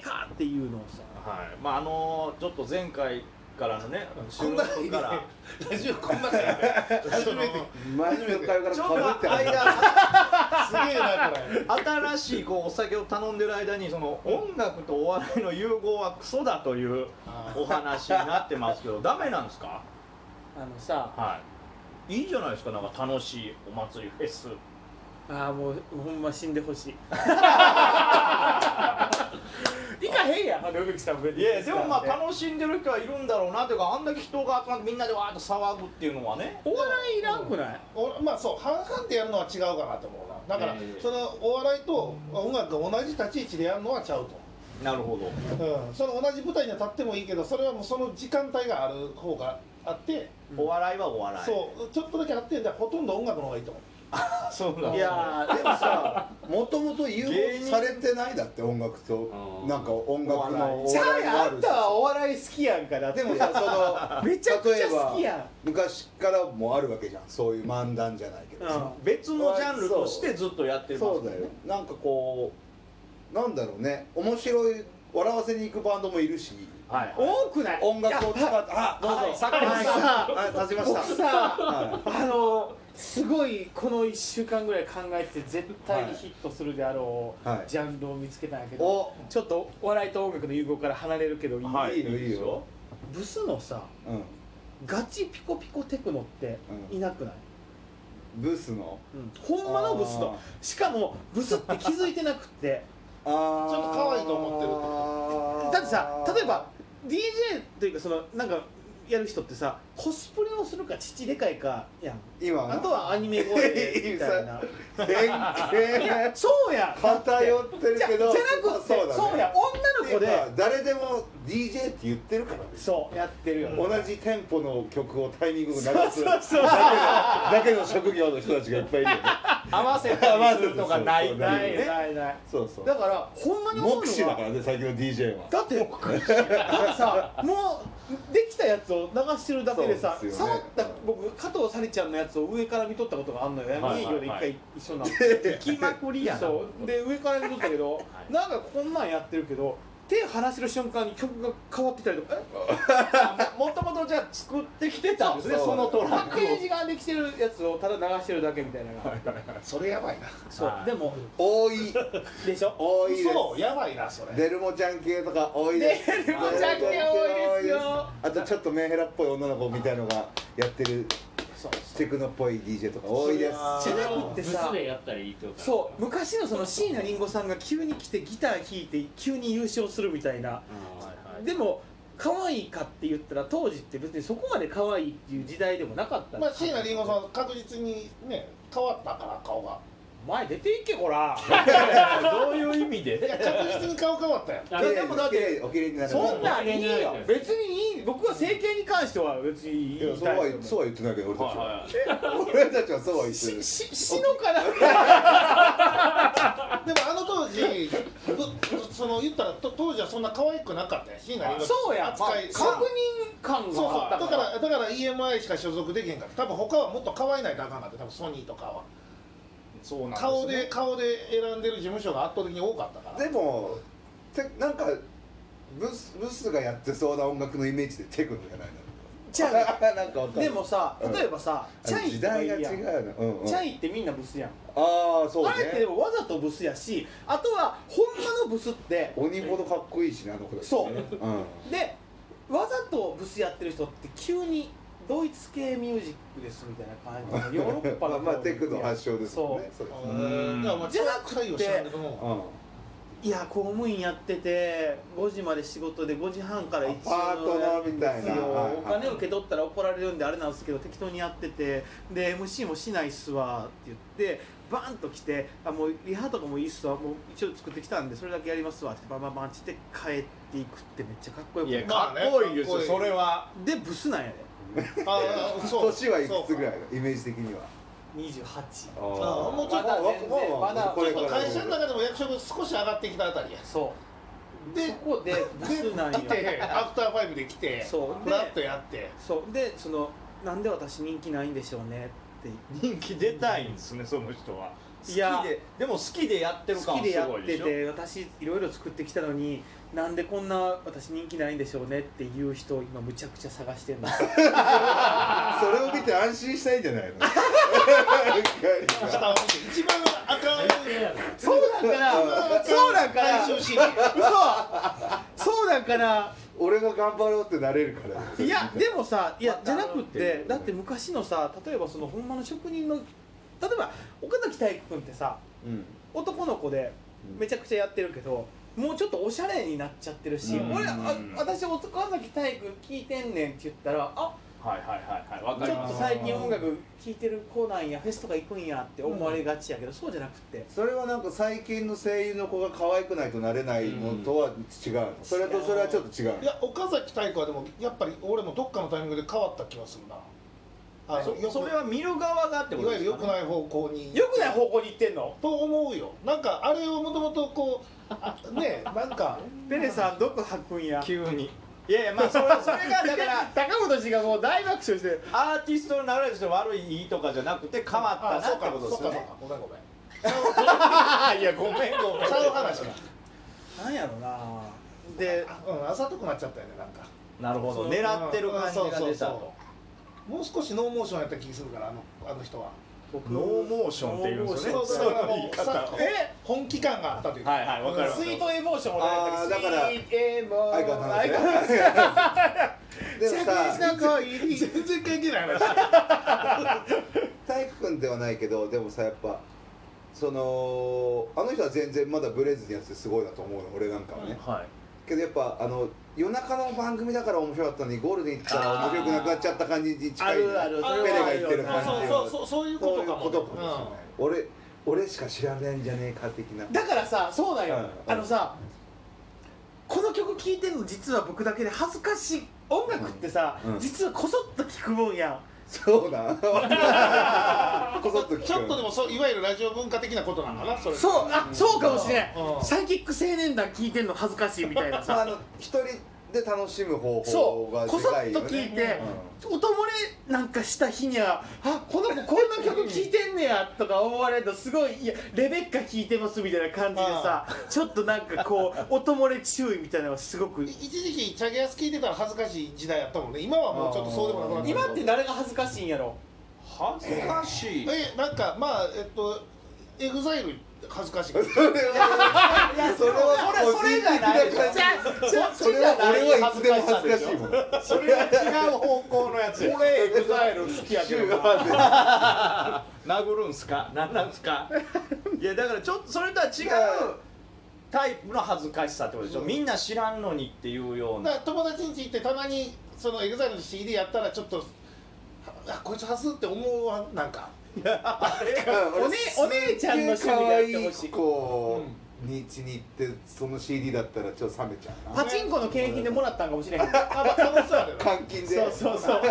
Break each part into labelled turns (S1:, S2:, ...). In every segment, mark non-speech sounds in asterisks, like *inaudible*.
S1: かっていうのをさ
S2: はいまああのちょっと前回からのね
S3: こん
S2: 収
S3: なに
S2: 録
S3: ね
S2: から
S3: ラジオこんなにね初めて
S4: 前の回から
S1: ちょ
S4: か
S1: っ
S4: ぶ
S1: と
S4: ってある
S1: 間
S3: すげえなこれ
S2: 新しいこうお酒を頼んでる間にその音楽とお笑いの融合はクソだという
S3: あ
S2: お話になってますけ *laughs* どダメなんですか
S1: あのさ
S2: はいいいじゃないですかなんか楽しいお祭りフェス
S1: ああもうほんま死んでほし
S4: *laughs*
S1: いいかへんやん野口さんも
S2: いやでもまあ楽しんでる人はいるんだろうなというかあんだけ人が集まってみんなでわーっと騒ぐっていうのはね
S1: お笑いいらんくない
S3: おまあそう半々でやるのは違うかなと思うなだから、
S2: ええ
S3: そのお笑いと音楽が同じ立ち位置でやるのはちゃうと
S2: なるほど
S3: 思う、うん、その同じ舞台には立ってもいいけどそれはもうその時間帯がある方があって、
S2: お笑いはお笑い
S3: そうちょっとだけあってんじゃほとんど音楽の方がいいと思う
S2: そうなんだ
S1: いやーでもさ
S4: もともと融合されてないだって音楽と
S2: うん
S4: なんか音楽の
S1: じゃ
S4: お笑いが
S1: ああ
S4: る
S1: んたはお笑い好きやんかだ
S4: でもさその *laughs*
S1: めちゃくちゃ好き
S4: 例え
S1: やん
S4: ば昔からもあるわけじゃんそういう漫談じゃないけどさ、
S2: 別のジャンルとしてずっとやってますも
S4: そ
S2: ん
S4: うだよなんかこうなんだろうね面白い笑わせに行くバンドもいるし
S2: はい
S1: 多くない
S4: 音楽を使ってあどうぞ、
S1: はい
S4: さっ
S1: あのさ
S4: はい立ちました
S1: 僕さ
S4: は
S1: あのすごいこの1週間ぐらい考えて絶対にヒットするであろう、
S4: はい
S1: ジャンルを見つけたんやけ
S4: い
S1: ど、
S4: お
S1: ちょっとお笑いと音楽の融合から離れるけどいい、
S2: はい
S4: いいよいいよ
S1: ブスのさ
S4: うん
S1: ガチピコピコテクノっていなくない、
S4: ブースの
S1: ほんまのブスのしかもブスって気づいてなくって
S4: あー
S3: ちょっと可愛いと思ってるって
S4: *laughs* あー
S1: だってさ例えば DJ というかそのなんかやる人ってさコスプレをするか父でかいかやん
S4: 今の
S1: あとはアニメ声みたいな
S4: *laughs*
S1: い
S4: 偏
S1: や
S4: 見
S1: そうやん
S4: 偏ってる
S1: じゃ
S4: け
S1: じゃ
S4: ど
S1: なくてそう,、
S4: だね
S1: や
S4: っ
S1: 女
S4: て
S1: の
S4: いう
S1: 子で
S4: か誰でも DJ って言ってるからね
S1: そうやってるよ
S4: 同じテンポの曲をタイミングで流す
S1: そうそうそう
S4: だけの職業の人たちがいっぱいいる
S1: *laughs*
S4: よね
S2: 合わせたりする
S4: *laughs*
S2: のがな
S4: 合わせたりす
S2: い
S4: る
S2: な
S1: ないい
S2: ね
S1: ないない
S4: そうそう
S1: だからほんまに思うの
S4: 目視だ
S1: は
S4: からね最近の DJ は
S1: だってだってさもうできたやつを流してるだけでさ
S4: そうですよね
S1: 触った僕加藤さりちゃんのやつを上から見とったことがあんのよ
S2: は
S1: 闇
S2: い
S1: 営
S2: はい
S1: 業
S2: はい
S1: で一回一緒になって、
S2: 行きまくりやな
S1: そうで上から見とったけど、
S2: い
S1: なんかこんなんやってるけど手離してる瞬間に曲が変わってたりとか
S2: あももともとじゃあ作ってきてたんですね
S4: そう
S2: そのト
S1: パ
S2: ラ
S1: ッ
S2: ック
S1: ケージができてるやつをただ流してるだけみたいなのが、
S3: それやばいな
S1: そう
S2: はい
S1: でも
S4: 多い
S1: でしょ
S4: 多いです
S3: そうやばいなそれ
S4: デルモちゃん系とか多いです
S1: デルモちゃん系多いですよ
S4: あとちょっとメンヘラっぽい女の子みたいのがやってる
S1: そう
S4: テクノっぽい DJ とか多いです
S1: じゃなくってさ
S5: ブスでやったらいいってことか
S1: そう昔のその椎名林檎さんが急に来てギター弾いて急に優勝するみたいなでも可愛いかって言ったら当時って別にそこまで可愛いっていう時代でもなかった
S3: まあ椎名林檎さん確実にね変わったから顔が
S1: 前出て *laughs* いけこら
S2: どういう意味
S3: いや
S2: で
S3: 着実に顔変わったやん
S5: あ
S4: 綺麗
S5: で
S4: に
S5: も
S4: 綺麗にお綺麗になる
S1: そんなんいいよ
S5: うん
S1: 別にいい僕は整形に関しては別にいい
S4: いや
S1: み
S4: そうは
S1: たい
S4: 言
S1: な
S4: そうは言ってないけど俺たちは、
S2: はい
S4: 俺たちはそうは言って
S1: し
S4: る
S1: し死のかな
S3: でもあの当時ぶその言ったらと当時はそんな可愛くなかったやん椎名林檎
S1: そうやん、まあ
S3: 扱いそう
S1: 確認感
S3: そう
S1: があ
S3: だ
S1: った
S3: か
S1: から
S3: らだから EMI しか所属できへんから多分他はもっと可愛いないとあかんかった多分ソニーとかは
S2: そうなんですね
S3: 顔で顔で選んでる事務所が圧倒的に多かったから
S4: でもてなんかブスブスがやってそうな音楽のイメージでテクノじゃないの
S1: じゃ
S4: *laughs* なんかわか
S1: あ
S4: る
S1: でもさ
S4: うん
S1: 例えばさ、
S4: あ
S1: チャイ
S4: 時
S1: とか
S4: 代
S1: いい
S4: が
S1: やん
S4: 違うの、うんうん、
S1: チャイってみんなブスやん
S4: ああそう
S1: あれってで
S4: ね
S1: もわざとブスやしあとはほんまのブスって
S4: 鬼ほどかっこいいしねあの子だ
S1: そう
S4: ね、
S1: *laughs*
S4: うん、
S1: でわざとブスやってる人って急にドイツ系ミュージックですみたいな感じのヨーロッパ
S4: ま
S1: の
S4: あ *laughs* まあテクノ発祥ですもんねそれ
S2: ううん
S3: だからまあ
S1: じゃなくて
S3: それは対応したんだけど
S1: いや公務員やってて5時まで仕事で5時半から一
S4: パートナーみたいなはい
S1: お金受け取ったら怒られるんであれなんですけど適当にやっててで MC もしないっすわって言ってバーンと来てあもうリハとかもいいっすわもう一応作ってきたんでそれだけやりますわってバンバンバンって言って帰っていくってめっちゃかっこよ
S2: い
S1: く
S2: や
S1: て
S2: かっこいいです
S3: ま
S2: よ
S3: あね
S2: それは
S1: でブスなんやで
S3: あーそう
S4: 年はいくつぐらい
S3: そう
S4: のイメージ的には
S1: 28
S4: あ
S3: ーもうちょっと
S4: まあまあ
S1: 全然
S4: まあま
S1: ま
S4: あ
S1: だ
S4: これ
S3: ち
S4: か
S3: ょっ
S4: ら
S3: と会社の中でも役職少し上がってきたあたりや
S1: そう
S3: で
S1: そこでブスなんや
S3: 来てアフターファイブで来て
S1: そうで
S3: フラッとやって
S1: そうでそのなんで私人気ないんでしょうねって
S2: 人気出たいんですねその人は好き
S1: いや
S2: ででも好きでやってる感
S1: 好
S2: は
S1: きですや
S2: ご
S1: っ
S2: いで
S1: て
S2: しょ
S1: て私いろいろ作ってきたのになんでこんな私人気ないんでしょうねっていう人を今むちゃくちゃ探してるの
S4: それを見て安心したいんじゃないの
S3: 下を見て一番あかん
S1: そうだからそうだから
S3: 最
S1: 嘘
S3: 終シーン
S1: そうだから
S4: *laughs* 俺が頑張ろうってなれるから
S1: いやでもさいやじゃなくっ
S4: なるほ
S1: て
S4: ど
S1: だって昔のさ例えばそのほんまの職人の例えば岡崎体育君ってさ
S4: うん
S1: 男の子でめちゃくちゃやってるけどもうちょっとおしゃれになっちゃってるし、
S3: うん
S1: 俺あ私岡崎体育聞いてんねんって言ったらあ
S2: はいはいはいはいわか
S1: ち
S2: り
S1: ょっ
S2: ま
S1: と
S2: す
S1: 最近音楽聴いてる子なんやフェスとか行くんやって思われがちやけど、そうじゃなくて
S4: それはなんか最近の声優の子が可愛くないとなれないのとは違うの、それとそれはちょっと違う
S3: いや岡崎体育はでもやっぱり俺もどっかのタイミングで変わった気がするなあの
S2: そ
S3: よく
S2: それは見る側がって
S3: い
S2: こと
S3: わ
S2: で
S3: ゆる
S2: すか、
S3: 良く
S2: ね、
S3: ない方向に
S1: よくない方向に行ってんの
S3: と思うよなんかあれをもともとこうあねえなんか
S1: ペレさんどこ吐くんや
S2: 急にいやいやまあそれそれがだから
S1: 高本氏がもう大爆笑してる
S2: アーティストの流れとして悪いいいとかじゃなくて変わった
S3: あ
S2: な
S3: そう
S2: って
S3: か
S2: ことですよ
S3: そう
S2: ね
S3: かそうかごめんごめん
S2: あいやごめんごめん
S3: ちゃう話が
S1: なんやろなで
S3: あうんあざとくなっちゃったよねなんか
S2: なるほ
S1: そ
S2: ど
S1: の
S2: 狙ってる感じ
S3: うん
S2: が
S3: そうそう
S2: 出た
S3: そ
S2: と
S3: うもう少しノーモーションやった気がするからあのあの人は
S1: 僕
S2: ノーモーションっていうんですよね
S3: ノーモーシ
S2: そ
S3: ョン
S2: の言い方を
S1: え
S3: 本気感があったという
S2: はいはいわかるわ
S1: スイートエモーション俺
S4: あーだから
S1: スイートエモー
S4: 相
S1: ショ
S4: 方
S1: ン
S4: の話ね *laughs* でも *laughs* さ
S3: 全然関係ない話
S4: 体育君ではないけどでもさやっぱそのあの人は全然まだブレずにやっててすごいなと思うの俺なんかはね、
S2: はい
S4: けどやっぱあの夜中の番組だから面白かったのにゴールデン行ったら面白くなくなっちゃった感じに近い
S1: あるある
S4: ペレが言ってる感じ
S3: そうそうそうそういうこ
S4: そう
S3: と
S4: いう
S3: かも
S4: ことかもしれない、俺俺しか知らないんじゃねえか的な
S1: だからさそうなんよ、
S4: うん
S1: あのさこの曲聴いてんの実は僕だけで恥ずかしい音楽ってさ、
S4: うん
S1: 実はこそっと聴くもんやん
S4: そうなんこそっと聞く
S3: ちょっとでもそういわゆるラジオ文化的なことなのかなそれ
S1: そうあそうかもしれん
S3: うん
S1: サイキック青年団聴いてんの恥ずかしいみたいな
S4: まあ、
S1: さ
S4: あの一人で楽しむ方
S1: *laughs* そ
S4: 法
S1: う
S4: が
S1: こ
S4: で
S1: そ
S4: か
S1: っ
S4: い
S1: と
S4: よ
S1: 聴い
S4: ね
S1: て、音漏れなんかした日にはあこの子こんな曲聴いてんねやとか思われるとすごいいやレベッカ聴いてますみたいな感じでさちょっとなんかこう音漏れ注意みたいなのがすごく
S3: い一時期チャゲアス聞いてたら恥ずかしい時代やったもんね今はもうちょっとそうでもなくなったけど
S1: 今って誰が恥ずかしいんやろ
S2: 恥ずかしい
S3: えなんかまあえっとエグザイル恥ずかしい
S4: それはそれは
S1: それそれじゃない
S4: 個人的感
S1: そっちじゃない
S4: じそれは俺はいつでも恥ずかしいもん
S2: それは違う方向のやつや
S1: 俺エグザイル好きやけどな
S2: 殴るんすかなんなんすかいやだからちょっとそれとは違うタイプの恥ずかしさってことでしょ、みんな知らんのにっていうよう
S3: だ
S2: な
S3: から友達ん家行ってたまにそのエグザイルの CD やったらちょっとあこいつ恥ずって思うわな
S1: *laughs*
S3: んか
S1: おねお姉ちゃんの趣味
S4: 可
S1: でやっ
S4: 愛
S1: て
S4: い
S1: ほしい
S4: 子に家に行ってその CD だったらちょっと冷めちゃうな
S1: パチンコの景品でもらったんかもしれへん *laughs*
S3: あまあ楽しそうやでな
S4: 監禁で
S1: そうそうそう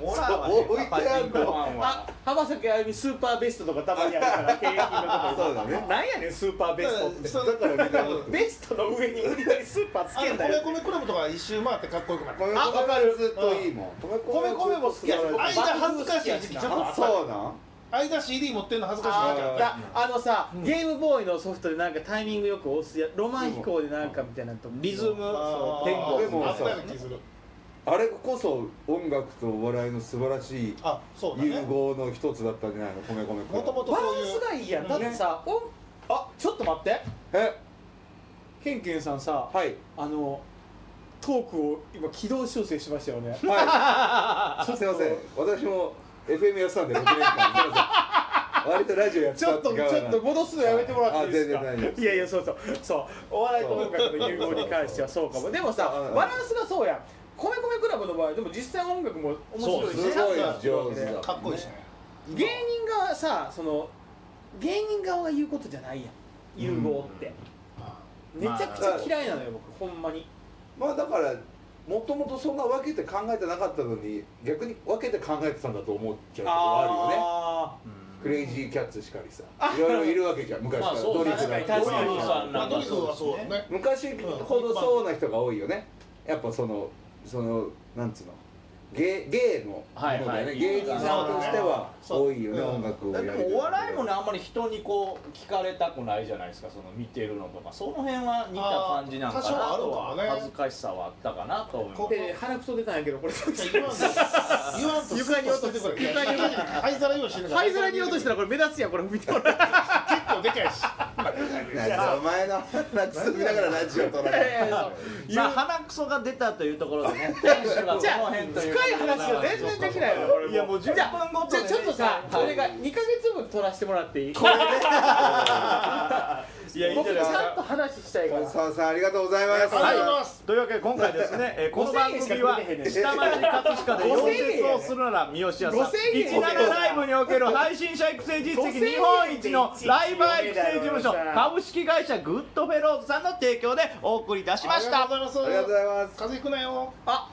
S2: もらわへん
S4: そう置いてあるの
S2: パチンコファン
S1: あ
S2: は
S1: 浜崎あゆみスーパーベストとかたまにあるから景品のとこ
S4: そうだね
S1: なんやねんスーパーベストって
S3: そう
S4: だからみんな思って
S1: ベストの上に無理やりスーパーつ
S3: あ
S1: け
S3: の
S1: んだ
S3: 米
S1: よ
S3: 米クラブとか一周回ってかっこよくなった
S4: 米
S1: あわ
S4: 米
S1: か
S4: が
S1: る
S4: ずっといいもん米
S1: 米米も好きやし
S4: ずっと
S3: あい
S4: いい
S3: つ恥ずかしい時期ちょっとあった
S4: そうなん
S3: 間 CD 持ってんの恥ずかしい
S1: あ
S3: な
S1: ー
S3: ん
S1: だ
S3: か
S1: あのさ、
S3: うん
S1: ゲームボーイのソフトでなんかタイミングよく押すやロマン飛行でなんかみたいなと
S2: リズム
S3: あ
S2: そう
S3: ー
S2: テンポ
S4: でも
S3: あったような気する
S4: あれこそ音楽とお笑いの素晴らしい
S3: あそうだ
S4: 融
S3: ね
S4: 合の一つだったんじゃないの米米
S3: もともと
S1: バラ
S3: そう
S1: ン
S3: い
S1: ス
S3: う
S1: がいいやんだってさ、おんあちょっと待って
S4: え
S1: ケンケンさんさ
S4: はい
S1: あのトークを今軌道修正しましたよね
S4: はいすいません私も FM やってたんで6年間すいません割とラジオやって
S1: ち
S4: た
S1: ょっとちょ
S4: 側なん
S1: っと戻すのやめてもらっていいですか
S4: あ全然大丈夫です
S1: いやいやそうそうそうお笑いと音楽の融合に関してはそうかもでもさ
S4: うん
S1: バランスがそうやん米米クラブの場合でも実際音楽も面白いし
S3: そう
S4: すごい上手だ
S3: かっこいいしね
S1: 芸人側はさその芸人側が言うことじゃないやん融合って、
S3: あ
S1: めちゃくちゃ嫌いなのよ僕ほんまに
S4: まあだからもともとそんな分けて考えてなかったのに逆に分けて考えてたんだと思っちゃうとこあるよね
S1: あ
S4: クレイジーキャッツしかりさいろいろいるわけじゃん昔から、
S2: まあそう
S4: ドリフだって
S1: 確かに確かに
S4: ドリフだって
S3: ーまあドリフはそうだね
S4: 昔ほどそうな人が多いよねやっぱそのそのなんつうの芸芸の、
S2: はいはい
S4: ね芸人さんとしては
S3: そう
S4: 多いよね、
S3: うん
S4: 音楽をや
S2: で
S4: りたい
S2: もお笑いもねあんまり人にこう聞かれたくないじゃないですかその見てるのとかその辺は似た感じなんかな
S3: あー多少ある
S2: と
S3: か
S2: は
S3: もね
S2: 恥ずかしさはあったかなと思います
S3: こ
S1: で鼻くそ出たんやけどこれ
S3: 言わんと言わんと
S1: 床に落として
S3: 床に落として灰皿用意してるか
S1: *laughs*
S3: ら
S1: 灰皿に落としたらこれ目立つやんこれ *laughs* 見てもらって
S3: 結構でかいし
S4: なんかお前の鼻くそ見ながらラジオ撮らない
S1: いやいや
S2: まあ鼻くそが出たというところでね天使はこ
S1: じゃ
S2: の
S1: あ
S2: 辺と
S1: 深
S2: い
S1: いう
S2: こと
S1: 話は全然できないの俺
S2: いやもう10
S1: じゃあ
S2: 分ご
S1: じ
S2: と
S1: ゃ
S2: で
S1: あちょっとさ
S2: はい
S1: 俺が2ヶ月分取らせてもらっていい
S2: いやいいん
S1: 僕
S2: じゃ
S1: ち
S2: ない
S1: ゃ
S2: です
S1: ん
S2: か
S1: と話したいから
S4: 沢さんありがとうございま
S3: ありがと
S4: す
S3: うございます
S2: というわけで今回ですね、
S3: *laughs*
S2: えーこの番組は
S1: 5000円し
S2: 下町葛飾で溶接をするなら三好屋さん
S1: 5000円
S2: 17ライブにおける配信者育成実績日本一のライバー育成事務所株式会社グッドフェローズさんの提供でお送りいたしました
S3: ありがとうございます
S4: ありがとうございます
S3: 風邪ひくなよ
S1: あ